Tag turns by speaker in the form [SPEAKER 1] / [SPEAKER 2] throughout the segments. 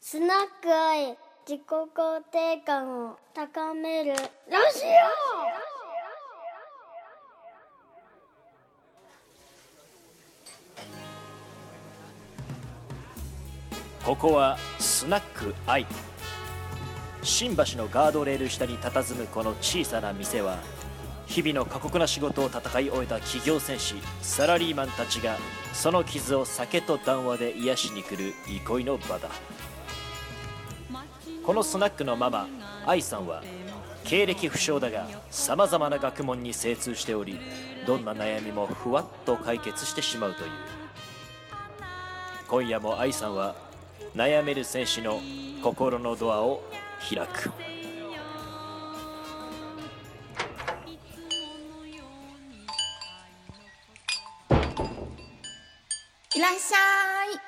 [SPEAKER 1] スナック愛自己肯定感を高めるラジ
[SPEAKER 2] ここはスナックアイ新橋のガードレール下に佇むこの小さな店は日々の過酷な仕事を戦い終えた企業戦士サラリーマンたちがその傷を酒と談話で癒しに来る憩いの場だこのスナックのママ愛さんは経歴不詳だがさまざまな学問に精通しておりどんな悩みもふわっと解決してしまうという今夜も愛さんは悩める選手の心のドアを開く
[SPEAKER 3] いらっしゃい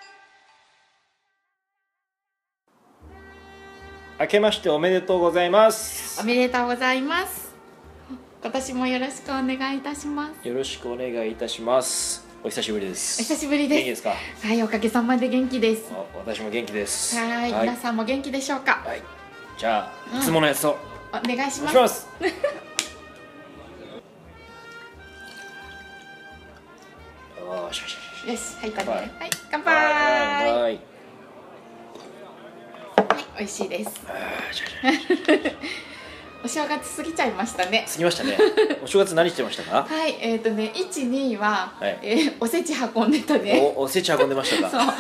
[SPEAKER 2] 明けましておめでとうございます
[SPEAKER 3] おめでとうございます今年もよろしくお願いいたします
[SPEAKER 2] よろしくお願いいたしますお久しぶりです
[SPEAKER 3] お久しぶりです
[SPEAKER 2] 元気ですか
[SPEAKER 3] はいおかげさまで元気です
[SPEAKER 2] あ私も元気です
[SPEAKER 3] はい
[SPEAKER 2] はい
[SPEAKER 3] 皆さんも元気でしょうか
[SPEAKER 2] はいじゃあ、
[SPEAKER 3] うん
[SPEAKER 2] いつものやつを
[SPEAKER 3] お願いし
[SPEAKER 2] お願
[SPEAKER 3] ま
[SPEAKER 2] い
[SPEAKER 3] す
[SPEAKER 2] し ますよしよしよしよし
[SPEAKER 3] よしはい
[SPEAKER 2] 乾
[SPEAKER 3] 乾杯
[SPEAKER 2] 杯
[SPEAKER 3] はい乾
[SPEAKER 2] はい
[SPEAKER 3] 杯
[SPEAKER 2] はい
[SPEAKER 3] 美味しいです
[SPEAKER 2] あーよしよしよし
[SPEAKER 3] お正月過ぎちゃいましたね
[SPEAKER 2] 過ぎましたねお正月何してましたか
[SPEAKER 3] はいえっ、ー、とね1、2は、
[SPEAKER 2] はい
[SPEAKER 3] えーおせち運んでたね
[SPEAKER 2] おお せち運んでました
[SPEAKER 3] そう
[SPEAKER 2] か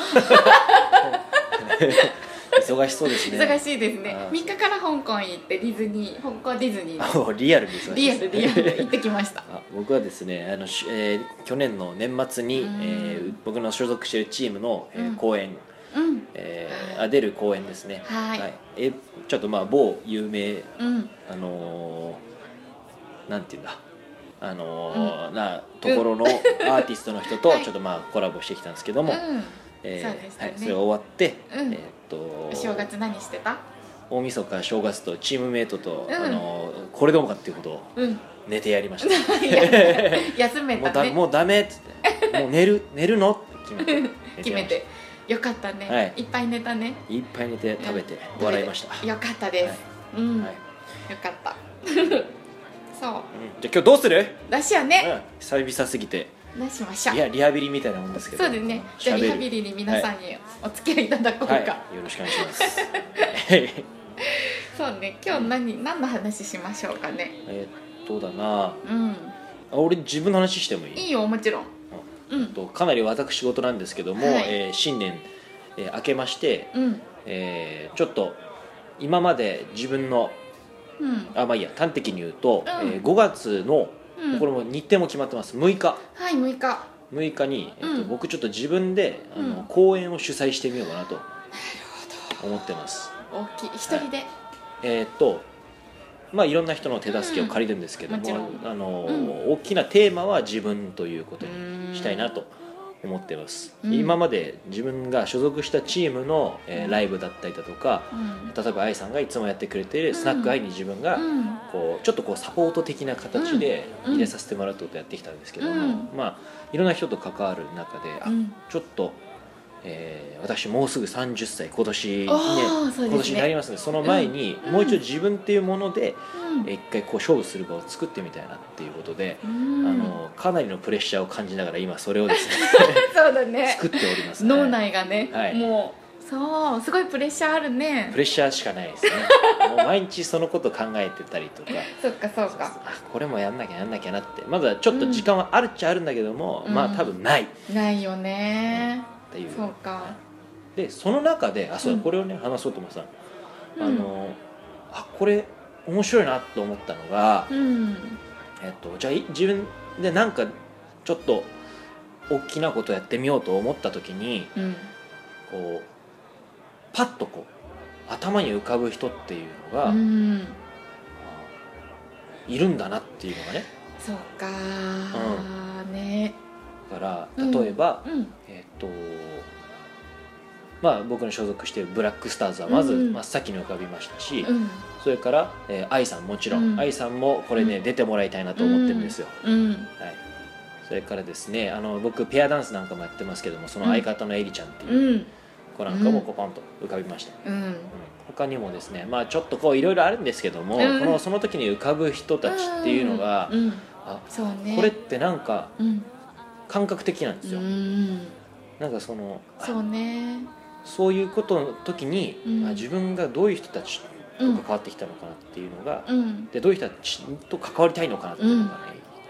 [SPEAKER 2] 忙しそうですね
[SPEAKER 3] 忙しいですね
[SPEAKER 2] あー
[SPEAKER 3] 3日から香港行ってディズニー香港ディズニー
[SPEAKER 2] あもうリアルに忙しい
[SPEAKER 3] リアルリアル
[SPEAKER 2] ル
[SPEAKER 3] 行ってきました
[SPEAKER 2] あ僕はですねあの、しえー去年の年末に、え
[SPEAKER 3] うん
[SPEAKER 2] ー僕の所属しているチームの、えー
[SPEAKER 3] うん
[SPEAKER 2] 公演、
[SPEAKER 3] うん
[SPEAKER 2] えーあ出る公演ですね
[SPEAKER 3] はい
[SPEAKER 2] えちょっとまあ某有名
[SPEAKER 3] うん
[SPEAKER 2] あのーなんていうんだあのーなところ のアーティストの人と
[SPEAKER 3] はい
[SPEAKER 2] ちょっとまあコラボしてきたんですけども、
[SPEAKER 3] うん
[SPEAKER 2] えー
[SPEAKER 3] そうでしたね
[SPEAKER 2] はい、それが終わって、
[SPEAKER 3] うん
[SPEAKER 2] えーっと
[SPEAKER 3] お正月何してた
[SPEAKER 2] 大晦日正月とチームメイトと、
[SPEAKER 3] うん
[SPEAKER 2] あのーこれでもかっていうほど
[SPEAKER 3] うん
[SPEAKER 2] 寝てやりました
[SPEAKER 3] いや 休め
[SPEAKER 2] もう
[SPEAKER 3] た
[SPEAKER 2] だ
[SPEAKER 3] ね
[SPEAKER 2] もうダメっつ ってもう寝る寝るのって決めて
[SPEAKER 3] 決めてよかったね、
[SPEAKER 2] はい
[SPEAKER 3] い、っぱい寝たね
[SPEAKER 2] いっぱい寝て食べて笑いました、
[SPEAKER 3] よかったです、うん、
[SPEAKER 2] はい
[SPEAKER 3] よかった
[SPEAKER 2] うんじゃ
[SPEAKER 3] そう
[SPEAKER 2] あ今日どうする、
[SPEAKER 3] だしや
[SPEAKER 2] う
[SPEAKER 3] ね、
[SPEAKER 2] ん、久々すぎて
[SPEAKER 3] 出しましょう
[SPEAKER 2] いやリハビリみたいなもんですけど
[SPEAKER 3] そうですねじゃあ
[SPEAKER 2] 喋る
[SPEAKER 3] リハビリに皆さんにお付き合いいただこうか、
[SPEAKER 2] はい、よろしくお願いします はい
[SPEAKER 3] そうね今日何、何の話しましょうかね
[SPEAKER 2] えーっとだな
[SPEAKER 3] うん
[SPEAKER 2] あ俺自分の話してもいい
[SPEAKER 3] いいよもちろんう
[SPEAKER 2] えっ
[SPEAKER 3] ん
[SPEAKER 2] とかなり私事なんですけども、
[SPEAKER 3] はい
[SPEAKER 2] えー新年、えー明けまして、
[SPEAKER 3] うん
[SPEAKER 2] えーちょっと今まで自分の
[SPEAKER 3] うん
[SPEAKER 2] あまあいいや端的に言うと、
[SPEAKER 3] うん
[SPEAKER 2] え5月の、
[SPEAKER 3] うん
[SPEAKER 2] これも日程も決まってます6日
[SPEAKER 3] はい6日
[SPEAKER 2] 6日に、えっと
[SPEAKER 3] うん
[SPEAKER 2] 僕ちょっと自分であの、
[SPEAKER 3] うん
[SPEAKER 2] 公演を主催してみようかなと思ってます
[SPEAKER 3] 大きい一人で、
[SPEAKER 2] えーっとまあいろんな人の手助けを借りるんですけども、
[SPEAKER 3] うんもち
[SPEAKER 2] あの
[SPEAKER 3] う
[SPEAKER 2] 大きなテーマは自分ということ
[SPEAKER 3] う
[SPEAKER 2] に
[SPEAKER 3] ん
[SPEAKER 2] したいなと思ってます、
[SPEAKER 3] うん
[SPEAKER 2] 今まで自分が所属したチームの、えー
[SPEAKER 3] うん
[SPEAKER 2] ライブだったりだとか
[SPEAKER 3] うん
[SPEAKER 2] 例えば愛さんがいつもやってくれているスナック愛に自分が、
[SPEAKER 3] うん
[SPEAKER 2] こうちょっとこうサポート的な形で
[SPEAKER 3] うん
[SPEAKER 2] 入れさせてもらうってことをやってきたんですけども、
[SPEAKER 3] うん
[SPEAKER 2] まあいろんな人と関わる中で、あ
[SPEAKER 3] うん
[SPEAKER 2] ちょっと、えー私もうすぐ30歳今年ね
[SPEAKER 3] あーそうですね
[SPEAKER 2] 今年になりますのでその前に、
[SPEAKER 3] うん
[SPEAKER 2] もう一度自分っていうもので、
[SPEAKER 3] うん
[SPEAKER 2] えー一回こう勝負する場を作ってみたいなっていうことで、
[SPEAKER 3] うん
[SPEAKER 2] あのかなりのプレッシャーを感じながら今それを ですね
[SPEAKER 3] そうだね
[SPEAKER 2] 作っております、
[SPEAKER 3] 脳内がね、
[SPEAKER 2] はい
[SPEAKER 3] もうそうすごいプレッシャーあるね
[SPEAKER 2] プレッシャーしかないですねもう毎日そのこと考えてたりとか
[SPEAKER 3] そっかそ
[SPEAKER 2] そう
[SPEAKER 3] う
[SPEAKER 2] そう
[SPEAKER 3] か
[SPEAKER 2] あこれもやんなきゃやんなきゃなってまだちょっと時間はあるっちゃあるんだけども、
[SPEAKER 3] うん
[SPEAKER 2] まあ多分ないっ
[SPEAKER 3] ないよね
[SPEAKER 2] ていう
[SPEAKER 3] そうか
[SPEAKER 2] でその中であそう
[SPEAKER 3] うん
[SPEAKER 2] これをね話そうと思ってたの,、
[SPEAKER 3] うん
[SPEAKER 2] あのあこれ面白いなと思ったのが、
[SPEAKER 3] うん
[SPEAKER 2] えっと、じゃあい自分でなんかちょっと大きなことやってみようと思った時に
[SPEAKER 3] うん
[SPEAKER 2] こうパッとこう頭に浮かぶ人っていうのが、
[SPEAKER 3] うん
[SPEAKER 2] いるんだなっていうのがね
[SPEAKER 3] そうかね
[SPEAKER 2] だから
[SPEAKER 3] うん
[SPEAKER 2] 例えば、
[SPEAKER 3] うん
[SPEAKER 2] えっとまあ僕の所属しているブラックスターズはまず
[SPEAKER 3] うんうん
[SPEAKER 2] 真っ先に浮かびましたし、
[SPEAKER 3] うん
[SPEAKER 2] それから、えー、愛さんもちろ、
[SPEAKER 3] うんん
[SPEAKER 2] 愛さんもこれね、
[SPEAKER 3] うん
[SPEAKER 2] 出てもらいたいなと思ってるんですよ、
[SPEAKER 3] うん
[SPEAKER 2] はい、それからですねあの僕ペアダンスなんかもやってますけどもその相方のエリちゃんっていう、
[SPEAKER 3] うん
[SPEAKER 2] 子なんかもこうパンと浮かびました、
[SPEAKER 3] うん
[SPEAKER 2] 他にもですね、まあ、ちょっとこういろいろあるんですけども、
[SPEAKER 3] うん
[SPEAKER 2] このその時に浮かぶ人たちっていうのが、
[SPEAKER 3] うん
[SPEAKER 2] あ
[SPEAKER 3] そうね
[SPEAKER 2] これってなんか
[SPEAKER 3] うん
[SPEAKER 2] 感覚的なんです
[SPEAKER 3] う
[SPEAKER 2] よ、
[SPEAKER 3] ん
[SPEAKER 2] なんかそのあ
[SPEAKER 3] そうね
[SPEAKER 2] そういうことの時に、
[SPEAKER 3] うん
[SPEAKER 2] あ自分がどういう人たちと
[SPEAKER 3] うん
[SPEAKER 2] 関わってきたのかなっていうのが、
[SPEAKER 3] うん
[SPEAKER 2] でどういう人たちと関わりたいのかなっていうのがね、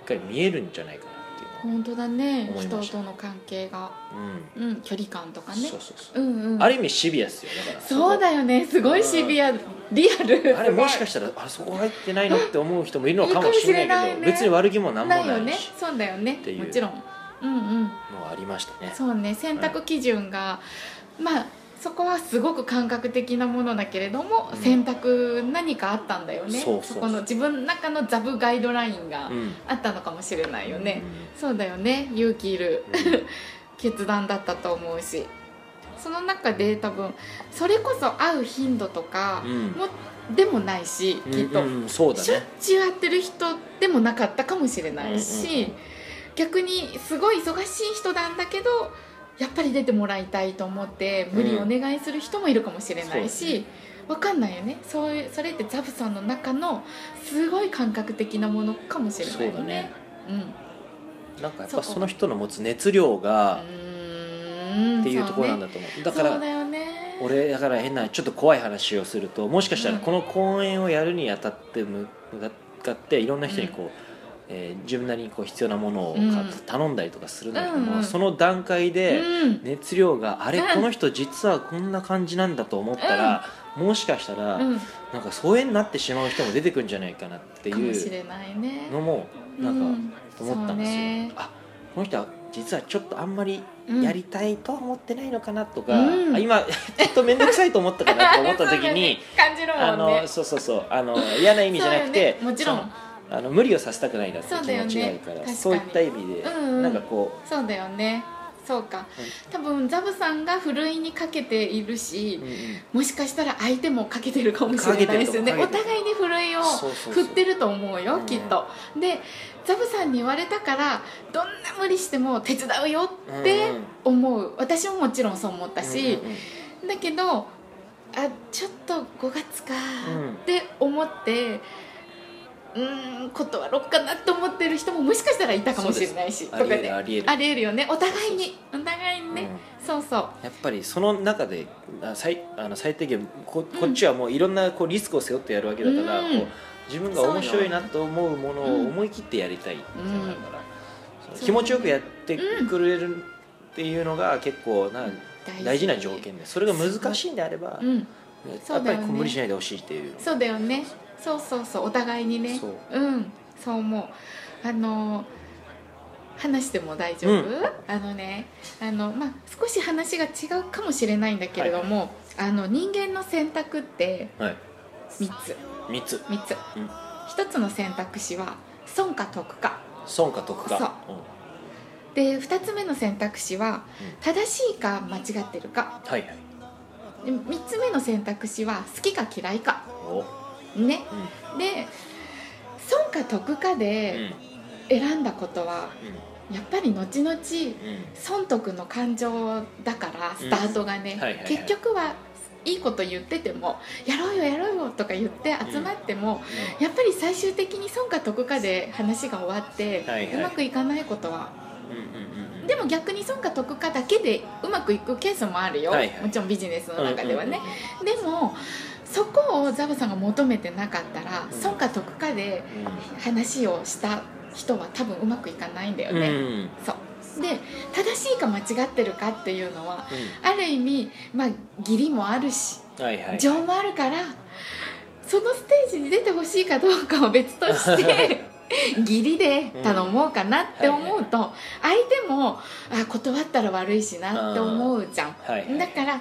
[SPEAKER 2] 一回見えるんじゃないかなっていう
[SPEAKER 3] 本当だね
[SPEAKER 2] 思い
[SPEAKER 3] 人
[SPEAKER 2] ました
[SPEAKER 3] との関係が
[SPEAKER 2] のは、
[SPEAKER 3] うん距離感とか
[SPEAKER 2] うん、
[SPEAKER 3] ね
[SPEAKER 2] そうそうそう、
[SPEAKER 3] うんうん
[SPEAKER 2] ある意味シビアですよだから
[SPEAKER 3] そうだよねすごいシビアリアル
[SPEAKER 2] あれもしかしたらあそこ入ってないのって思う人もいるのかも
[SPEAKER 3] いるかも
[SPEAKER 2] し
[SPEAKER 3] し
[SPEAKER 2] れ
[SPEAKER 3] れ
[SPEAKER 2] な
[SPEAKER 3] ないい
[SPEAKER 2] け
[SPEAKER 3] ね
[SPEAKER 2] ど別に悪気も何もな
[SPEAKER 3] ないいよね
[SPEAKER 2] し
[SPEAKER 3] そうだよね
[SPEAKER 2] っていう
[SPEAKER 3] もちろんうんうん
[SPEAKER 2] のはありましたね
[SPEAKER 3] そうね選択基準が、まあそこはすごく感覚的なものだけれども、
[SPEAKER 2] うん
[SPEAKER 3] 選択何かあったんだよね
[SPEAKER 2] そうそうそう
[SPEAKER 3] この自分の中のザブガイドラインが
[SPEAKER 2] うん
[SPEAKER 3] あったのかもしれないよね、そうだよね勇気いる
[SPEAKER 2] うんうん
[SPEAKER 3] 決断だったと思うしその中で多分それこそ会う頻度とか
[SPEAKER 2] うん
[SPEAKER 3] も、でもないし、きっと、
[SPEAKER 2] うんうんそうだ
[SPEAKER 3] しょっ
[SPEAKER 2] ね
[SPEAKER 3] ちゅう会ってる人でもなかったかもしれないし、
[SPEAKER 2] うんうんうん
[SPEAKER 3] 逆にすごい忙しい人なんだけどやっぱり出てもらいたいと思って無理お願いする人もいるかもしれない
[SPEAKER 2] そうだ
[SPEAKER 3] し、わかんないよねそういうそれってザブさんの中のすごい感覚的なものかもしれない
[SPEAKER 2] そう
[SPEAKER 3] よ
[SPEAKER 2] だね
[SPEAKER 3] ね。うんう
[SPEAKER 2] なんかやっぱその人の持つ熱量が
[SPEAKER 3] ーん
[SPEAKER 2] っていうところなんだと思うだから
[SPEAKER 3] そうねそうだよね
[SPEAKER 2] 俺だから変なちょっと怖い話をするともしかしたら
[SPEAKER 3] うん
[SPEAKER 2] この公演をやるにあたってむ向かっていろんな人にこう、えー自分なりにこう必要なものを買っ
[SPEAKER 3] うん
[SPEAKER 2] 頼んだりとかするんだけども、
[SPEAKER 3] うんうん
[SPEAKER 2] その段階で
[SPEAKER 3] うん
[SPEAKER 2] 熱量があれ、
[SPEAKER 3] うん
[SPEAKER 2] この人実はこんな感じなんだと思ったら、もしかしたら、
[SPEAKER 3] うん、
[SPEAKER 2] なんか疎遠になってしまう人も出てくるんじゃないかなって
[SPEAKER 3] かもし
[SPEAKER 2] いう
[SPEAKER 3] れないね
[SPEAKER 2] のもなんか
[SPEAKER 3] うん
[SPEAKER 2] 思ったんですよ、
[SPEAKER 3] そうね
[SPEAKER 2] あこの人は実はちょっとあんまり
[SPEAKER 3] うん
[SPEAKER 2] やりたいとは思ってないのかなとか、
[SPEAKER 3] うん
[SPEAKER 2] あ今ちょっと面倒くさいと思ったかなと思った時に
[SPEAKER 3] そうだね感じる
[SPEAKER 2] あ
[SPEAKER 3] もんね
[SPEAKER 2] のそうそうそうあの嫌な意味じゃなくて
[SPEAKER 3] そうよねもちろん
[SPEAKER 2] そのあの無理をさせたくないなっていう気持ちがあるから
[SPEAKER 3] そうだよね確かに
[SPEAKER 2] そういった意味で、
[SPEAKER 3] うんうん
[SPEAKER 2] なんかこ
[SPEAKER 3] そうだよねそうか多分ザブさんがふるいにかけている
[SPEAKER 2] う、
[SPEAKER 3] し
[SPEAKER 2] うんうん
[SPEAKER 3] もしかしたら相手もかけてるかもしれないですよね
[SPEAKER 2] かけてると思う
[SPEAKER 3] お互いにふるいを
[SPEAKER 2] そうそうそ
[SPEAKER 3] 振
[SPEAKER 2] う
[SPEAKER 3] ってると思うよ
[SPEAKER 2] うん
[SPEAKER 3] きっとでザブさんに言われたからどんな無理しても手伝うよって思う私ももちろんそう思ったし、
[SPEAKER 2] うんうんうん
[SPEAKER 3] だけどあちょっと5月か
[SPEAKER 2] うん
[SPEAKER 3] って思ってうーん断ろうかなと思ってる人ももしかしたらいたかもしれないし
[SPEAKER 2] そ
[SPEAKER 3] と
[SPEAKER 2] うで
[SPEAKER 3] か
[SPEAKER 2] す
[SPEAKER 3] ね
[SPEAKER 2] ありえるありえる
[SPEAKER 3] ありえるよねお互いにお互いにね、
[SPEAKER 2] うん
[SPEAKER 3] そうそう
[SPEAKER 2] やっぱりその中であ最あの最低限ここっちはもういろんなこうリスクを背負ってやるわけだから、
[SPEAKER 3] うん
[SPEAKER 2] こう自分が面白いなと思うものを思い切ってやりたいっていうのだから、その気持ちよくやってくれるっていうのが結構な大事な条件でそれが難しいんであれば、
[SPEAKER 3] うん
[SPEAKER 2] やっぱりこ
[SPEAKER 3] そうだよ
[SPEAKER 2] う
[SPEAKER 3] ね
[SPEAKER 2] 無理しないでほしいっていうの
[SPEAKER 3] そうだよねそうそうそうお互いにね
[SPEAKER 2] そう
[SPEAKER 3] うんそう思うあの話しても大丈夫、
[SPEAKER 2] うん
[SPEAKER 3] あのねあの、まあ、少し話が違うかもしれないんだけれども、あの人間の選択って
[SPEAKER 2] はい
[SPEAKER 3] 3つ
[SPEAKER 2] 3つ
[SPEAKER 3] 三つ、
[SPEAKER 2] うん
[SPEAKER 3] 一つの選択肢は損か得か
[SPEAKER 2] 損か得かう、ん、
[SPEAKER 3] で2つ目の選択肢は
[SPEAKER 2] うん
[SPEAKER 3] 正しいか間違ってるか
[SPEAKER 2] はいはい
[SPEAKER 3] で3つ目の選択肢は好きか嫌いか
[SPEAKER 2] お
[SPEAKER 3] ね
[SPEAKER 2] うん
[SPEAKER 3] で損か得か
[SPEAKER 2] うん
[SPEAKER 3] で選んだことはやっぱり後々
[SPEAKER 2] うんうん
[SPEAKER 3] 損得の感情だからスタートがね、
[SPEAKER 2] はいはいはい
[SPEAKER 3] 結局はいいこと言っててもやろうよやろうよとか言って集まっても、やっぱり最終的に損か得かで話が終わって、
[SPEAKER 2] はいはいう
[SPEAKER 3] まくいかないことは
[SPEAKER 2] うんうんうん
[SPEAKER 3] でも逆に損か得かだけでうまくいくケースもあるよ、
[SPEAKER 2] はいはい
[SPEAKER 3] もちろんビジネスの
[SPEAKER 2] うん
[SPEAKER 3] 中ではね、
[SPEAKER 2] うんうん
[SPEAKER 3] でもそこをザブさんが求めてなかったら、
[SPEAKER 2] ん
[SPEAKER 3] 損か得かで話をした人は多分うまくいかないんだよ
[SPEAKER 2] うん
[SPEAKER 3] ね、
[SPEAKER 2] うんうん
[SPEAKER 3] そうで正しいか間違ってるかっていうのはある意味まあ義理もあるし
[SPEAKER 2] はいはい
[SPEAKER 3] 情もあるからそのステージに出てほしいかどうかは別として 義理で頼もうかなって思うと相手もあ断ったら悪いしなって思うじゃん、
[SPEAKER 2] はいはい
[SPEAKER 3] だから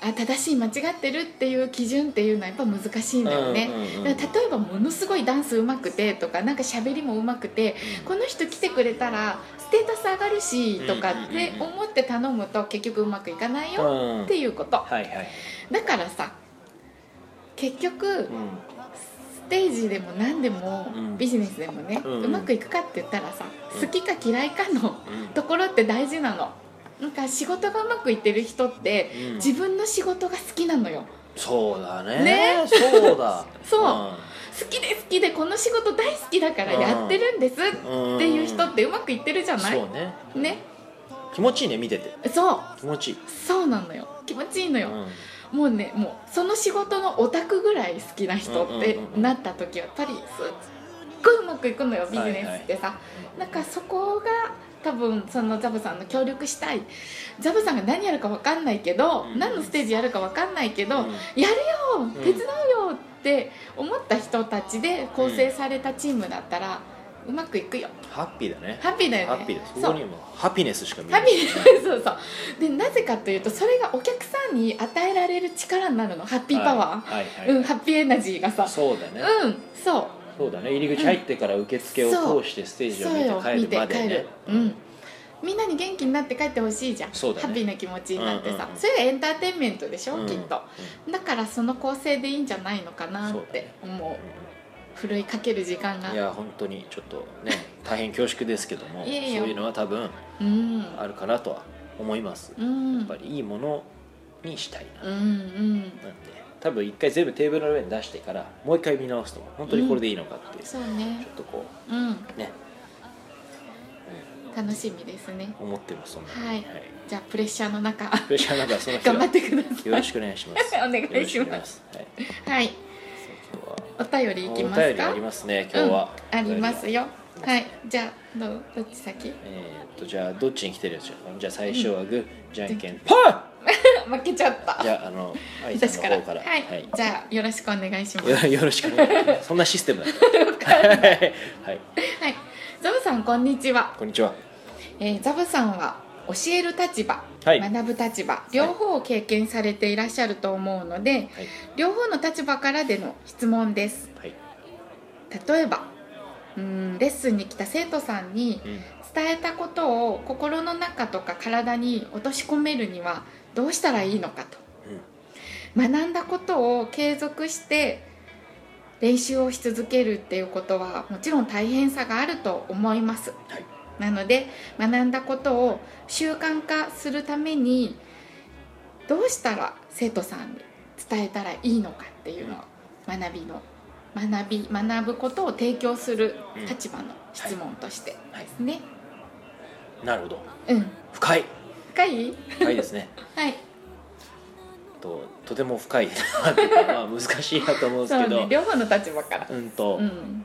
[SPEAKER 3] あ正しい間違ってるっていう基準っていうのはやっぱ難しいんだよね、
[SPEAKER 2] うんうんうん
[SPEAKER 3] だから例えばものすごいダンスうまくてとかなんか喋りもうまくてこの人来てくれたらステータス上がるしとかって思って頼むと結局うまくいかないよ
[SPEAKER 2] うん
[SPEAKER 3] っていうこと
[SPEAKER 2] はいはい
[SPEAKER 3] だからさ結局
[SPEAKER 2] う
[SPEAKER 3] ステージでも何でも
[SPEAKER 2] うん
[SPEAKER 3] ビジネスでもね
[SPEAKER 2] うん
[SPEAKER 3] うまくいくかって言ったらさ
[SPEAKER 2] うん
[SPEAKER 3] 好きか嫌いかの
[SPEAKER 2] んうん
[SPEAKER 3] ところって大事なのなんか仕事がうまくいってる人って、
[SPEAKER 2] うん
[SPEAKER 3] 自分の仕事が好きなのよ
[SPEAKER 2] そうだね
[SPEAKER 3] ね
[SPEAKER 2] そうだ
[SPEAKER 3] そう好きで好きでこの仕事大好きだからやってるんですっ
[SPEAKER 2] うん、
[SPEAKER 3] ていう人ってうまくいってるじゃな
[SPEAKER 2] そう
[SPEAKER 3] い
[SPEAKER 2] ね
[SPEAKER 3] ね
[SPEAKER 2] 気持ちいいね見てて
[SPEAKER 3] そう
[SPEAKER 2] 気持ちいい、
[SPEAKER 3] そうなのよ気持ちいいの
[SPEAKER 2] う
[SPEAKER 3] よ、
[SPEAKER 2] ん
[SPEAKER 3] もうねもうその仕事のオタクぐらい好きな人
[SPEAKER 2] うんうんう
[SPEAKER 3] っ
[SPEAKER 2] ん
[SPEAKER 3] て
[SPEAKER 2] うん
[SPEAKER 3] なった時はやっぱりすっごいうまくいくのよビジネスってさ、なんかそこが多分そのザブさんの協力したいザブさんが何やるか分かんないけど、
[SPEAKER 2] うん
[SPEAKER 3] 何のステージやるか分かんないけど、
[SPEAKER 2] うん
[SPEAKER 3] やる
[SPEAKER 2] ん
[SPEAKER 3] よ手伝うよって思った人たちで構成されたチームだったら、うまくいくよ
[SPEAKER 2] ハッピーだね
[SPEAKER 3] ハッピーだよね
[SPEAKER 2] ハッピーです
[SPEAKER 3] そ
[SPEAKER 2] そうこにもハピネスしか見えな
[SPEAKER 3] ハ
[SPEAKER 2] い
[SPEAKER 3] ピネス そうそうでなぜかというとそれがお客さんに与えられる力になるのハッピーパワー、
[SPEAKER 2] はいはいはい
[SPEAKER 3] うんハッピーエナジーがさ
[SPEAKER 2] そうだね、
[SPEAKER 3] うんそう
[SPEAKER 2] そうだね入り口入ってから受付を通してステージを
[SPEAKER 3] そうよ見
[SPEAKER 2] 見て帰
[SPEAKER 3] て
[SPEAKER 2] るまで
[SPEAKER 3] 帰
[SPEAKER 2] ね
[SPEAKER 3] るうんみんなに元気になって帰ってほしいじゃん、
[SPEAKER 2] そうだね
[SPEAKER 3] ハッピーな気持ちになってさ、
[SPEAKER 2] うんうんうん
[SPEAKER 3] それがエンターテインメントでしょ、
[SPEAKER 2] うん
[SPEAKER 3] きっとだからその構成でいいんじゃないのかなって思うふるいかける時間が
[SPEAKER 2] いや本当にちょっと ね大変恐縮ですけども
[SPEAKER 3] いえいえ
[SPEAKER 2] そういうのは多分
[SPEAKER 3] うん
[SPEAKER 2] あるかなとは思います、
[SPEAKER 3] う
[SPEAKER 2] や
[SPEAKER 3] ん
[SPEAKER 2] っぱりいいものにしたいな、
[SPEAKER 3] うんうん
[SPEAKER 2] なんて多分一回全部テーブルの上に出してからもう一回見直すと本当にこれでいいのかって、ちょ
[SPEAKER 3] そうね
[SPEAKER 2] っとこ
[SPEAKER 3] うん
[SPEAKER 2] うね
[SPEAKER 3] 楽しみですね
[SPEAKER 2] 思ってますそんなに
[SPEAKER 3] はいじゃあプレッシャーの中
[SPEAKER 2] プレッシャーなんかその日は
[SPEAKER 3] 頑張ってください
[SPEAKER 2] よろしくお願いします
[SPEAKER 3] お願いします
[SPEAKER 2] よろくお願いすはい
[SPEAKER 3] はい
[SPEAKER 2] 今日は
[SPEAKER 3] お便りいきま
[SPEAKER 2] お
[SPEAKER 3] す
[SPEAKER 2] 便り
[SPEAKER 3] か
[SPEAKER 2] ありますね今日は、
[SPEAKER 3] うん、ありますよ
[SPEAKER 2] お便りが
[SPEAKER 3] はいじゃあどうどっち先
[SPEAKER 2] えーっとじゃあどっちに来てるやつじゃんじゃあ最初はグー、じゃんけんぽい
[SPEAKER 3] 負けちゃっ た
[SPEAKER 2] じゃああの愛さん
[SPEAKER 3] 私
[SPEAKER 2] の
[SPEAKER 3] から
[SPEAKER 2] 方から
[SPEAKER 3] はい、じゃあよろしくお願いします
[SPEAKER 2] よ よろしくお願いし ますそんなシステムだったはい、はい、
[SPEAKER 3] はいザブさんこんにちは、
[SPEAKER 2] こんにちは
[SPEAKER 3] えーザブさんは教える立場、
[SPEAKER 2] はい
[SPEAKER 3] 学ぶ立場両方を経験されていらっしゃると思うので、
[SPEAKER 2] はい
[SPEAKER 3] 両方の立場からでの質問です
[SPEAKER 2] はい、
[SPEAKER 3] 例えばうーんレッスンに来た生徒さんに
[SPEAKER 2] うん、
[SPEAKER 3] 伝えたことを心の中とか体に落とし込めるにはどうしたらいいのかと学んだことを継続して練習をし続けるっていうことはもちろん大変さがあると思います、
[SPEAKER 2] はい
[SPEAKER 3] なので学んだことを習慣化するためにどうしたら生徒さんに伝えたらいいのかっていうのを学びの学び学ぶことを提供する立場の質問としてですね、
[SPEAKER 2] うん、なるほど
[SPEAKER 3] うん
[SPEAKER 2] 深い
[SPEAKER 3] 深い
[SPEAKER 2] 深いですね
[SPEAKER 3] はい
[SPEAKER 2] ととても深いなっていうかまあ難しいなと思うんで
[SPEAKER 3] そ
[SPEAKER 2] す
[SPEAKER 3] う
[SPEAKER 2] けど
[SPEAKER 3] ね両方の立場から
[SPEAKER 2] うんと、
[SPEAKER 3] うん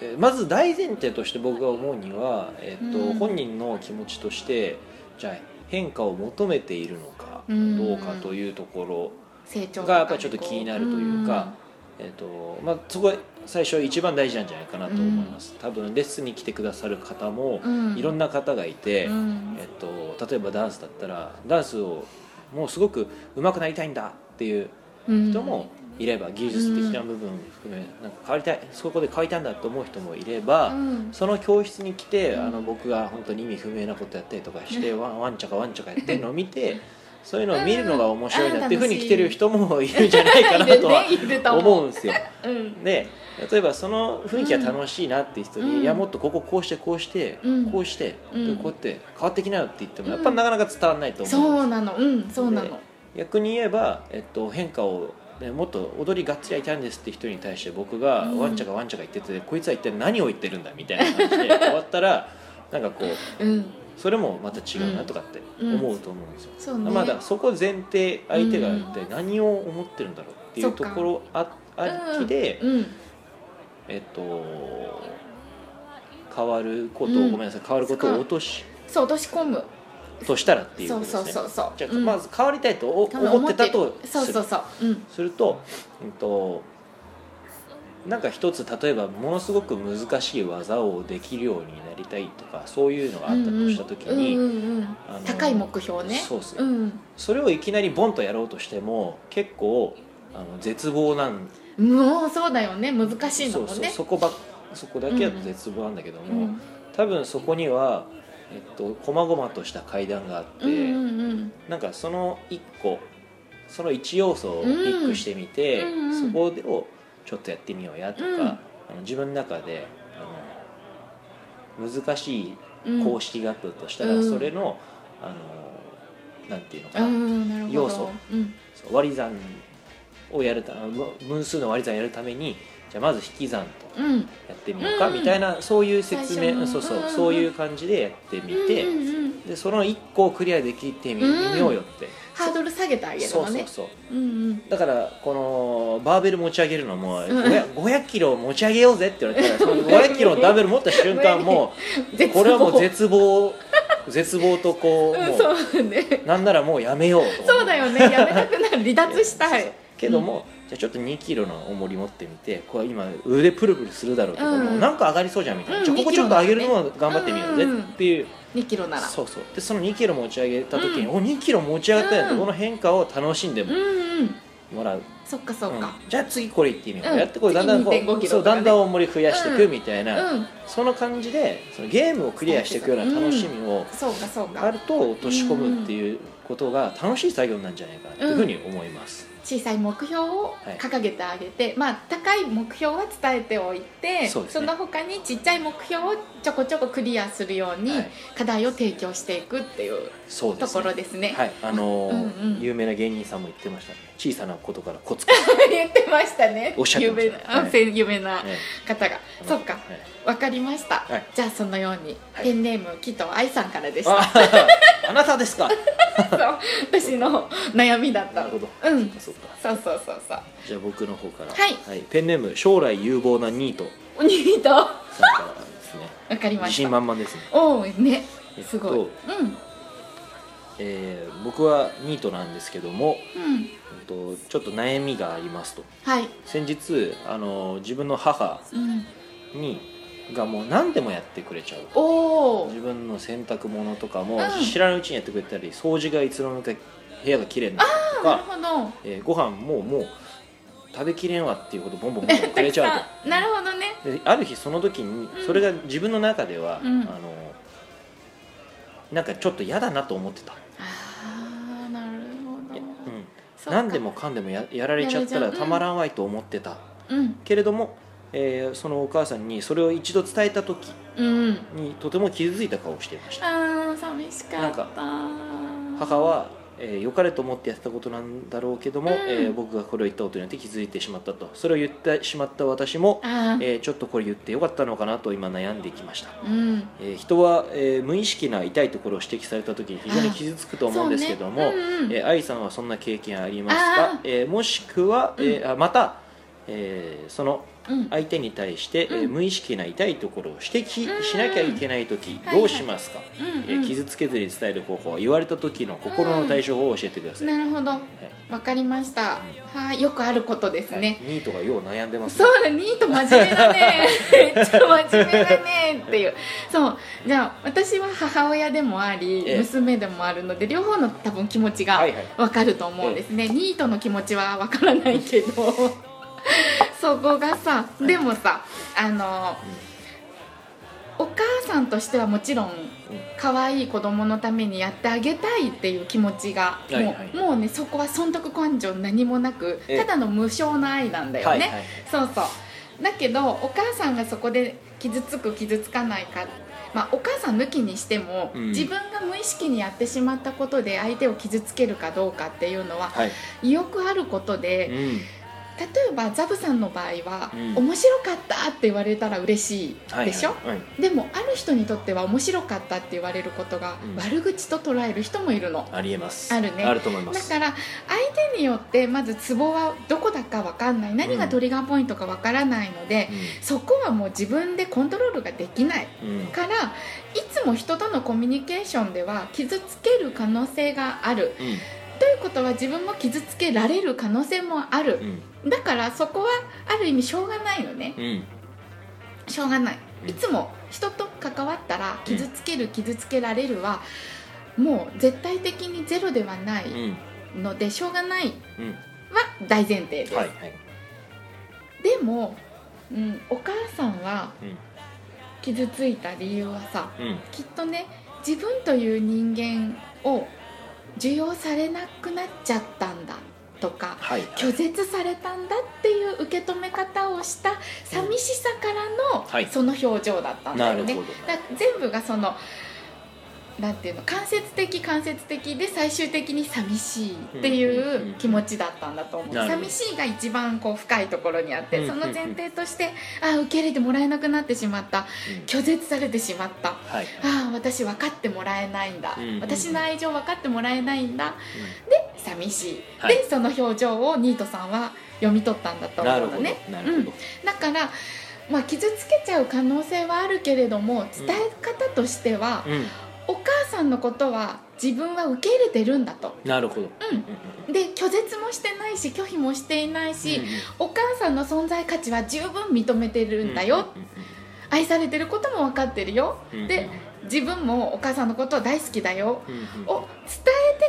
[SPEAKER 2] えーまず大前提として僕が思うには、えーっと
[SPEAKER 3] うん
[SPEAKER 2] 本人の気持ちとしてじゃあ変化を求めているのか
[SPEAKER 3] うん
[SPEAKER 2] どうかというところ、
[SPEAKER 3] 成長とか
[SPEAKER 2] が
[SPEAKER 3] ね
[SPEAKER 2] やっぱりちょっと気になるというか、えーっとまあ、そこが最初一番大事なんじゃないかなと思います、多分レッスンに来てくださる方も
[SPEAKER 3] うん
[SPEAKER 2] いろんな方がいて、
[SPEAKER 3] うん
[SPEAKER 2] えーっと例えばダンスだったらダンスをもうすごく上手くなりたいんだっていう人もいれば、技術的な部分含めなんか変わりたいそこで変わりたいんだと思う人もいれば、
[SPEAKER 3] うん
[SPEAKER 2] その教室に来て、
[SPEAKER 3] うん
[SPEAKER 2] あの僕が本当に意味不明なことやったりとか して、ワンワンちゃかワンちゃかやってるのを見てそういうのを見るのが面白いなっていうふうに来てる人もいるんじゃないかなとは
[SPEAKER 3] いるねいると思う
[SPEAKER 2] 思うんですよ。
[SPEAKER 3] うん
[SPEAKER 2] で例えばその雰囲気が楽しいなっていう人に、
[SPEAKER 3] うん
[SPEAKER 2] いやもっとこここうしてこうして、
[SPEAKER 3] うん
[SPEAKER 2] こうして、
[SPEAKER 3] うん
[SPEAKER 2] でこうやって変わってきなよって言っても
[SPEAKER 3] うん
[SPEAKER 2] やっぱなかなか伝わらないと思うん
[SPEAKER 3] そ
[SPEAKER 2] です
[SPEAKER 3] うなのうんそうな
[SPEAKER 2] で
[SPEAKER 3] の
[SPEAKER 2] 逆に言えば、えっと、変化を、ね、もっと踊りがっつりやりたいんですって人に対して僕が
[SPEAKER 3] うん
[SPEAKER 2] わんちゃかわんちゃか言ってて、こいつは一体何を言ってるんだみたいな 感じで終わったらなんかこう
[SPEAKER 3] うん
[SPEAKER 2] それもまた違うなとかって
[SPEAKER 3] うん
[SPEAKER 2] 思うと思うんですよ、
[SPEAKER 3] そうね
[SPEAKER 2] まあだからそこ前提相手が
[SPEAKER 3] うん
[SPEAKER 2] 一体何を思ってるんだろうってい
[SPEAKER 3] そうっか
[SPEAKER 2] ところあありきで、
[SPEAKER 3] うん
[SPEAKER 2] えっと変わることを、
[SPEAKER 3] うん
[SPEAKER 2] ごめんなさい変わることを落とし
[SPEAKER 3] そう落とし込む
[SPEAKER 2] としたらっていうこ
[SPEAKER 3] そ
[SPEAKER 2] と
[SPEAKER 3] う
[SPEAKER 2] ですね
[SPEAKER 3] そうそうそう
[SPEAKER 2] じゃあ
[SPEAKER 3] うん
[SPEAKER 2] まず変わりたいとお
[SPEAKER 3] 多分
[SPEAKER 2] 思ってたとす
[SPEAKER 3] そう
[SPEAKER 2] る
[SPEAKER 3] そうそううん
[SPEAKER 2] すると,、うん、となんか一つ例えばものすごく難しい技をできるようになりたいとかそういうのがあったとした時に、
[SPEAKER 3] うんうんうんうん
[SPEAKER 2] あの
[SPEAKER 3] 高い目標ね
[SPEAKER 2] そうそう
[SPEAKER 3] うん
[SPEAKER 2] それをいきなりボンとやろうとしても結構あの絶望なん
[SPEAKER 3] もうそうだよね難しいの
[SPEAKER 2] そう
[SPEAKER 3] も
[SPEAKER 2] そう
[SPEAKER 3] ね
[SPEAKER 2] そこばっそこだけだと絶望なんだけど
[SPEAKER 3] う
[SPEAKER 2] も、
[SPEAKER 3] ん
[SPEAKER 2] 多分そこには、えっと、細々とした階段があって、
[SPEAKER 3] うんうん
[SPEAKER 2] なんかその1個その1要素をピックしてみて、
[SPEAKER 3] うんうんう
[SPEAKER 2] そ
[SPEAKER 3] ん
[SPEAKER 2] こをちょっとやってみようやとか、
[SPEAKER 3] うん
[SPEAKER 2] あの自分の中であの難しい
[SPEAKER 3] うん
[SPEAKER 2] 公式があったとしたら、
[SPEAKER 3] うん
[SPEAKER 2] それのあのなんていうのか
[SPEAKER 3] う
[SPEAKER 2] な、
[SPEAKER 3] んなるほど
[SPEAKER 2] 要素
[SPEAKER 3] うん
[SPEAKER 2] そう割り算をやるたむ分数の割り算やるためにじゃあまず引き算と
[SPEAKER 3] うん
[SPEAKER 2] やってみようか、
[SPEAKER 3] うん
[SPEAKER 2] みたいなそういう説
[SPEAKER 3] 最初
[SPEAKER 2] 明
[SPEAKER 3] の
[SPEAKER 2] そうそう、
[SPEAKER 3] うん
[SPEAKER 2] そういう感じでやってみて、
[SPEAKER 3] うんうんうん
[SPEAKER 2] でその1個をクリアできてみ,、
[SPEAKER 3] うん
[SPEAKER 2] ようよって、
[SPEAKER 3] ハードル下げてあげる
[SPEAKER 2] そう
[SPEAKER 3] の
[SPEAKER 2] そう
[SPEAKER 3] ね
[SPEAKER 2] そう
[SPEAKER 3] うんうん
[SPEAKER 2] だからこのバーベル持ち上げるのも
[SPEAKER 3] ん
[SPEAKER 2] 500 500キロ持ち上げようぜって言われた らその500キロのダンベル持った瞬間もう
[SPEAKER 3] 絶望
[SPEAKER 2] これはもう絶望絶望とこう
[SPEAKER 3] うん
[SPEAKER 2] も
[SPEAKER 3] そうね
[SPEAKER 2] うなんならもうやめようと
[SPEAKER 3] そうだよねやめたくなる離脱した
[SPEAKER 2] そう
[SPEAKER 3] い
[SPEAKER 2] けども、じゃあちょっと2キロの重り持ってみてこれ今腕プルプルするだろうけども、
[SPEAKER 3] うん
[SPEAKER 2] なんか上がりそうじゃんみたいな、
[SPEAKER 3] うん
[SPEAKER 2] じゃあここちょっと上げるのは
[SPEAKER 3] 2
[SPEAKER 2] 頑張ってみようぜっていう、
[SPEAKER 3] 2キロなら
[SPEAKER 2] そうそうでその2キロ持ち上げた時に、お2キロ持ち上がったよって、
[SPEAKER 3] うん
[SPEAKER 2] この変化を楽しんで
[SPEAKER 3] うんうん
[SPEAKER 2] もらう
[SPEAKER 3] そっかそっか
[SPEAKER 2] うんじゃあ次これいってみよう、
[SPEAKER 3] うん
[SPEAKER 2] やってこれだんだんこ
[SPEAKER 3] 次2.5
[SPEAKER 2] う
[SPEAKER 3] キロとかね
[SPEAKER 2] そうだんだん重り増やしていくみたいうな、
[SPEAKER 3] ん
[SPEAKER 2] その感じでそのゲームをクリアしていくような楽しみを
[SPEAKER 3] そうかそう
[SPEAKER 2] あ
[SPEAKER 3] か
[SPEAKER 2] ると落とし込むっていうことが楽しい作業なんじゃないかなというふうに思います、
[SPEAKER 3] 小さい目標を
[SPEAKER 2] はい
[SPEAKER 3] 掲げてあげて、まあ高い目標は伝えておいて
[SPEAKER 2] そうですね
[SPEAKER 3] の他にちっちゃい目標をちょこちょこクリアするように
[SPEAKER 2] はい
[SPEAKER 3] 課題を提供していくっていう
[SPEAKER 2] そうで
[SPEAKER 3] と
[SPEAKER 2] す
[SPEAKER 3] こ
[SPEAKER 2] ね
[SPEAKER 3] ろですね
[SPEAKER 2] はいあのー
[SPEAKER 3] うんうん
[SPEAKER 2] 有名な芸人さんも言ってましたね小さなことからコツコツ、
[SPEAKER 3] 言ってましたね
[SPEAKER 2] おっしゃってましたね
[SPEAKER 3] 有名な、
[SPEAKER 2] はい
[SPEAKER 3] 先有名な
[SPEAKER 2] ね
[SPEAKER 3] 方が、そっか
[SPEAKER 2] はい
[SPEAKER 3] わかりました、
[SPEAKER 2] はい
[SPEAKER 3] じゃあそのように、
[SPEAKER 2] はい
[SPEAKER 3] ペンネーム紀藤愛さんからでした
[SPEAKER 2] ああなたです か
[SPEAKER 3] そう私の悩みだった
[SPEAKER 2] なるほど
[SPEAKER 3] うん
[SPEAKER 2] そうか
[SPEAKER 3] そうそうそうそう
[SPEAKER 2] じゃあ僕の方から
[SPEAKER 3] はい
[SPEAKER 2] ペンネーム将来有望なニート
[SPEAKER 3] おにぎりとわ
[SPEAKER 2] さんからですね
[SPEAKER 3] かりま
[SPEAKER 2] 自
[SPEAKER 3] した
[SPEAKER 2] 信満々ですね
[SPEAKER 3] おおね
[SPEAKER 2] えっと
[SPEAKER 3] すごい、うん
[SPEAKER 2] えー僕はニートなんですけども、
[SPEAKER 3] うん
[SPEAKER 2] えっと、ちょっと悩みがありますと
[SPEAKER 3] はい
[SPEAKER 2] 先日あの自分の母
[SPEAKER 3] うん
[SPEAKER 2] にがもう何でもやってくれちゃう
[SPEAKER 3] おお
[SPEAKER 2] 自分の洗濯物とかも
[SPEAKER 3] うん
[SPEAKER 2] 知らないうちにやってくれたり掃除がいつの間にか部屋が綺麗になったと
[SPEAKER 3] なる
[SPEAKER 2] か、
[SPEAKER 3] ほど
[SPEAKER 2] えーご飯ももう食べきれんわっていうことボンボンボンボンくれちゃう
[SPEAKER 3] あ なるほどね
[SPEAKER 2] とである日その時に
[SPEAKER 3] うん
[SPEAKER 2] それが自分の中では、
[SPEAKER 3] うん
[SPEAKER 2] あのなんかちょっと嫌だなと思ってた、
[SPEAKER 3] ああなるほ
[SPEAKER 2] う
[SPEAKER 3] ど
[SPEAKER 2] ん、
[SPEAKER 3] そっか
[SPEAKER 2] 何でもかんでもややられちゃった
[SPEAKER 3] やら
[SPEAKER 2] ら
[SPEAKER 3] れちゃう
[SPEAKER 2] たまらんわいと思ってた、
[SPEAKER 3] うん
[SPEAKER 2] けれども、えーそのお母さんにそれを一度伝えた時
[SPEAKER 3] うん
[SPEAKER 2] にとても傷ついた顔をしていました
[SPEAKER 3] あー寂しかった
[SPEAKER 2] 母は、えー良かれと思ってやってたことなんだろうけども、
[SPEAKER 3] うん
[SPEAKER 2] えー僕がこれを言ったことによって気づいてしまったとそれを言ってしまった私も、
[SPEAKER 3] あー
[SPEAKER 2] えーちょっとこれ言ってよかったのかなと今悩んできました、
[SPEAKER 3] うん
[SPEAKER 2] えー人は、えー無意識な痛いところを指摘された時に非常に傷つくと思うんですけども、
[SPEAKER 3] そうねうんうん
[SPEAKER 2] えー愛さんはそんな経験あります
[SPEAKER 3] あー
[SPEAKER 2] か、えーもしくは、えーあまた、えーその
[SPEAKER 3] うん
[SPEAKER 2] 相手に対して、
[SPEAKER 3] うん
[SPEAKER 2] えー無意識な痛いところを指摘しなきゃいけない時、
[SPEAKER 3] うん
[SPEAKER 2] どうしますか、
[SPEAKER 3] うん
[SPEAKER 2] えー傷つけずに伝える方法言われた時の心の対処法を教えてください、
[SPEAKER 3] なるほど
[SPEAKER 2] はい
[SPEAKER 3] わかりましたはいよくあることですね、
[SPEAKER 2] ニートがよう悩んでますね
[SPEAKER 3] そうだニート真面目だねめっちゃ真面目だねっていうそうじゃあ私は母親でもあり、
[SPEAKER 2] ええ
[SPEAKER 3] 娘でもあるので両方の多分気持ちが
[SPEAKER 2] はいはい
[SPEAKER 3] わかると思うんですね、ニートの気持ちはわからないけ どそこがさでもさあの、お母さんとしてはもちろん可愛い子供のためにやってあげたいっていう気持ちがもう,、
[SPEAKER 2] はいはい
[SPEAKER 3] もうねそこは損得根性何もなく
[SPEAKER 2] ええ
[SPEAKER 3] ただの無償な愛なんだよ
[SPEAKER 2] は
[SPEAKER 3] ね、
[SPEAKER 2] いはいはい
[SPEAKER 3] そうそうだけどお母さんがそこで傷つく傷つかないか、まあ、お母さん抜きにしても、
[SPEAKER 2] うん
[SPEAKER 3] 自分が無意識にやってしまったことで相手を傷つけるかどうかっていうのは、
[SPEAKER 2] はい、
[SPEAKER 3] よくあることで、
[SPEAKER 2] う
[SPEAKER 3] 例
[SPEAKER 2] ん
[SPEAKER 3] えばザブさんの場合は、
[SPEAKER 2] うん
[SPEAKER 3] 面白かったって言われたら嬉し
[SPEAKER 2] はい
[SPEAKER 3] いでしょ、
[SPEAKER 2] はい
[SPEAKER 3] でもある人にとっては面白かったって言われることが、
[SPEAKER 2] うん
[SPEAKER 3] 悪口と捉える人もいるの。
[SPEAKER 2] ありえます
[SPEAKER 3] あるね
[SPEAKER 2] あると思いま
[SPEAKER 3] だ
[SPEAKER 2] す
[SPEAKER 3] から相手によってまずツボはどこだかわかんない何がトリガーポイントかわからないので、そこはもう自分でコントロールができない
[SPEAKER 2] うんうん
[SPEAKER 3] からいつも人とのコミュニケーションでは傷つける可能性があるということは自分も傷つけられる可能性もある
[SPEAKER 2] うん
[SPEAKER 3] だからそこはある意味しょうがないのね
[SPEAKER 2] うんうん
[SPEAKER 3] しょうがない
[SPEAKER 2] うん
[SPEAKER 3] いつも人と関わったら傷つける傷つけられるはもう絶対的にゼロではない
[SPEAKER 2] うん
[SPEAKER 3] のでしょうがないは
[SPEAKER 2] うん
[SPEAKER 3] 大前提です、
[SPEAKER 2] はいはい
[SPEAKER 3] でも、うん、お母さんは
[SPEAKER 2] うん
[SPEAKER 3] 傷ついた理由はさ、
[SPEAKER 2] うん
[SPEAKER 3] きっとね自分という人間を受容されなくなっちゃったんだっとか
[SPEAKER 2] はい
[SPEAKER 3] 拒絶されたんだっていう受け止め方をした寂しさからの、
[SPEAKER 2] はい
[SPEAKER 3] その表情だったんだよね
[SPEAKER 2] なるほど
[SPEAKER 3] だから全部がそのなんていうの間接的間接的で最終的に寂しいって
[SPEAKER 2] うんうん
[SPEAKER 3] いううん気持ちだったんだと思う
[SPEAKER 2] なるほど
[SPEAKER 3] 寂しいが一番こう深いところにあっ
[SPEAKER 2] うんう
[SPEAKER 3] て
[SPEAKER 2] ん
[SPEAKER 3] その前提としてあ受け入れてもらえなくなってしまった
[SPEAKER 2] うん
[SPEAKER 3] 拒絶されてしまった
[SPEAKER 2] はい
[SPEAKER 3] ああ私分かってもらえないんだ、
[SPEAKER 2] うんうん
[SPEAKER 3] 私の愛情分かってもらえないんだ、で寂しい、
[SPEAKER 2] はい
[SPEAKER 3] でその表情をニートさんは読み取ったんだと
[SPEAKER 2] なる
[SPEAKER 3] 思う
[SPEAKER 2] ほ
[SPEAKER 3] の
[SPEAKER 2] ど
[SPEAKER 3] ね
[SPEAKER 2] なるほど
[SPEAKER 3] だから、まあ、傷つけちゃう可能性はあるけれども伝え方としては、
[SPEAKER 2] うん
[SPEAKER 3] お母さんのことは自分は受け入れてるんだと
[SPEAKER 2] なるほど
[SPEAKER 3] うんで拒絶もしてないし拒否もしていない
[SPEAKER 2] う
[SPEAKER 3] し、
[SPEAKER 2] んうん
[SPEAKER 3] お母さんの存在価値は十分認めてるんだよ、愛されてることも分かってるよ、
[SPEAKER 2] うん
[SPEAKER 3] で自分もお母さんのこと大好きだよ、
[SPEAKER 2] うんうんうん
[SPEAKER 3] を伝えて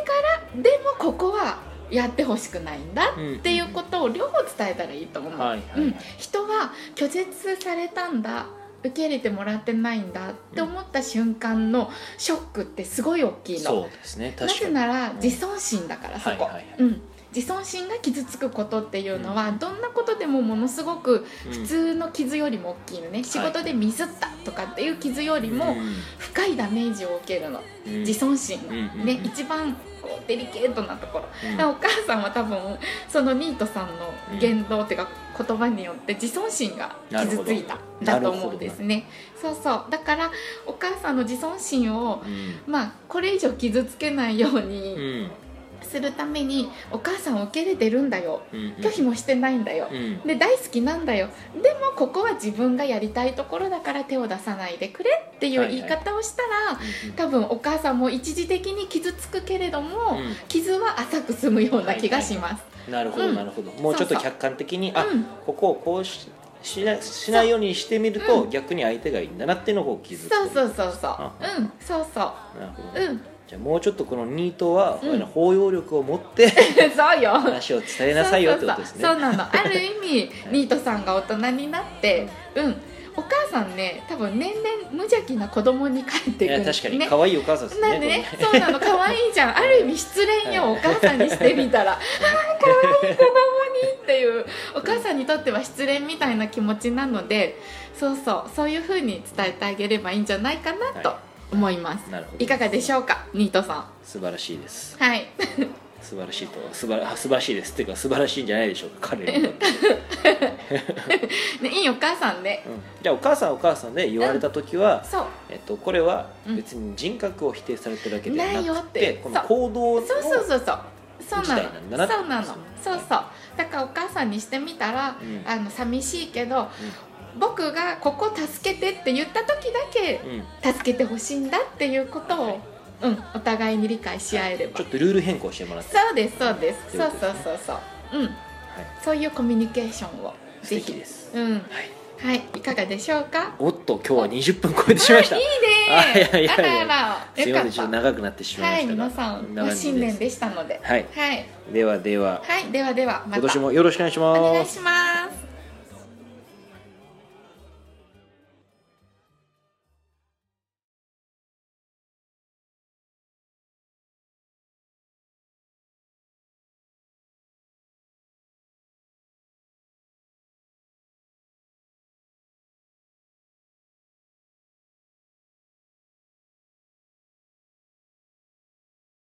[SPEAKER 3] からでもここはやってほしくないんだっていうことを両方伝えたらいいと思う、
[SPEAKER 2] はいはい
[SPEAKER 3] うん、人は拒絶されたんだ受け入れてもらってないんだって思った瞬間のショックってすごい大きいの
[SPEAKER 2] そうですね確
[SPEAKER 3] な
[SPEAKER 2] か
[SPEAKER 3] ぜ
[SPEAKER 2] に
[SPEAKER 3] なら自尊心だから、そこ、
[SPEAKER 2] はいはいはい
[SPEAKER 3] うん、自尊心が傷つくことっていうのは、
[SPEAKER 2] う
[SPEAKER 3] どんなことでもものすごく普通の傷よりも大きいのね、仕事でミスったとかっていう傷よりも深いダメージを受けるの、自尊心の、
[SPEAKER 2] うんうんうん
[SPEAKER 3] ね一番こうデリケートなところ、
[SPEAKER 2] うん
[SPEAKER 3] だからお母さんは多分そのニートさんの言動っていうか言葉によって自尊心が傷ついたん
[SPEAKER 2] な
[SPEAKER 3] だ
[SPEAKER 2] る
[SPEAKER 3] と
[SPEAKER 2] ほど
[SPEAKER 3] 思うんですねそうそうだからお母さんの自尊心を
[SPEAKER 2] うん
[SPEAKER 3] まあこれ以上傷つけないよう
[SPEAKER 2] う
[SPEAKER 3] に
[SPEAKER 2] ん
[SPEAKER 3] するためにお母さんを受け入れてるんだよ
[SPEAKER 2] うん
[SPEAKER 3] 拒否もしてないんだよ
[SPEAKER 2] うん
[SPEAKER 3] で大好きなんだよでもここは自分がやりたいところだから手を出さないでくれっていう言い方をしたら、多分お母さんも一時的に傷つくけれども、
[SPEAKER 2] うん
[SPEAKER 3] 傷は浅く済むような気がします、
[SPEAKER 2] なるほど
[SPEAKER 3] うん
[SPEAKER 2] なるほどもうちょっと客観的にあ
[SPEAKER 3] うん
[SPEAKER 2] ここをこうししなしないようにしてみると逆に相手がいいんだなっていうのを気づく
[SPEAKER 3] そうそうそうそう
[SPEAKER 2] あ
[SPEAKER 3] うんそうそ
[SPEAKER 2] なるほど
[SPEAKER 3] う
[SPEAKER 2] ね
[SPEAKER 3] うん
[SPEAKER 2] じゃあもうちょっとこのニートは
[SPEAKER 3] うん
[SPEAKER 2] 包容力を持 って
[SPEAKER 3] そうよ
[SPEAKER 2] 話を伝えなさいよってことですね
[SPEAKER 3] そうそうそうそうなのある意味
[SPEAKER 2] はい
[SPEAKER 3] ニートさんが大人になってうんお母さんね多分年々無邪気な子供に帰って
[SPEAKER 2] い
[SPEAKER 3] いく
[SPEAKER 2] や
[SPEAKER 3] ん
[SPEAKER 2] 確かに
[SPEAKER 3] ね
[SPEAKER 2] 可愛いお母さんですね
[SPEAKER 3] なんでね、そうなの、可愛いじゃん、ある意味失恋よ、お母さんにして みたら。ああ、可愛い子供にっていう、お母さんにとっては失恋みたいな気持ちなので。そうそう、そういう風に伝えてあげればいいんじゃないかなと
[SPEAKER 2] は
[SPEAKER 3] 思います。
[SPEAKER 2] これなるほど
[SPEAKER 3] い、かがでしょうか、ニートさん。
[SPEAKER 2] 素晴らしいです
[SPEAKER 3] はい、
[SPEAKER 2] 素晴らしいと素晴らあ素晴らしいですっていうか素晴らしいんじゃないでしょうか彼にとって、
[SPEAKER 3] ね、いいお母さんで。
[SPEAKER 2] うんじゃあお母さんはお母さんで言われた時は、
[SPEAKER 3] そう。
[SPEAKER 2] えっと、これは別に人格を否定されてるわけではな
[SPEAKER 3] ないよ
[SPEAKER 2] く、
[SPEAKER 3] ってて
[SPEAKER 2] この行動の
[SPEAKER 3] そうそうそうそうそうな
[SPEAKER 2] 事態なんだな
[SPEAKER 3] の
[SPEAKER 2] って
[SPEAKER 3] そ
[SPEAKER 2] こ
[SPEAKER 3] う
[SPEAKER 2] と
[SPEAKER 3] な
[SPEAKER 2] で
[SPEAKER 3] の
[SPEAKER 2] すね
[SPEAKER 3] そうそうだからお母さんにしてみたら、
[SPEAKER 2] うん
[SPEAKER 3] あの寂しいけど、僕がここ助けてって言った時だけ
[SPEAKER 2] うん
[SPEAKER 3] 助けてほしいんだっていうことを、うん、お互いに理解し合えれば、
[SPEAKER 2] ちょっとルール変更してもらって、
[SPEAKER 3] そうですそうです
[SPEAKER 2] と
[SPEAKER 3] そ
[SPEAKER 2] いううこ
[SPEAKER 3] そ
[SPEAKER 2] と
[SPEAKER 3] うそうそううん
[SPEAKER 2] はい、
[SPEAKER 3] そういうコミュニケーションを
[SPEAKER 2] 素
[SPEAKER 3] ぜ
[SPEAKER 2] 敵
[SPEAKER 3] ひ
[SPEAKER 2] です、
[SPEAKER 3] うん
[SPEAKER 2] はい、
[SPEAKER 3] はいいかがでしょうか
[SPEAKER 2] おっと今日は20分超えてしまいました
[SPEAKER 3] あいい
[SPEAKER 2] あいやい
[SPEAKER 3] ね
[SPEAKER 2] や
[SPEAKER 3] あ
[SPEAKER 2] いや
[SPEAKER 3] らあら
[SPEAKER 2] すい
[SPEAKER 3] よ
[SPEAKER 2] ま
[SPEAKER 3] か
[SPEAKER 2] せ
[SPEAKER 3] っ
[SPEAKER 2] んちょ
[SPEAKER 3] た
[SPEAKER 2] っと長くなってしまいま
[SPEAKER 3] は
[SPEAKER 2] し
[SPEAKER 3] い
[SPEAKER 2] たが
[SPEAKER 3] 皆さん
[SPEAKER 2] な
[SPEAKER 3] ご
[SPEAKER 2] 感じ
[SPEAKER 3] 新年でしたので
[SPEAKER 2] はい
[SPEAKER 3] はい、
[SPEAKER 2] ではでは
[SPEAKER 3] はい、ではではまた
[SPEAKER 2] 今年もよろしくお願いします
[SPEAKER 3] お願いします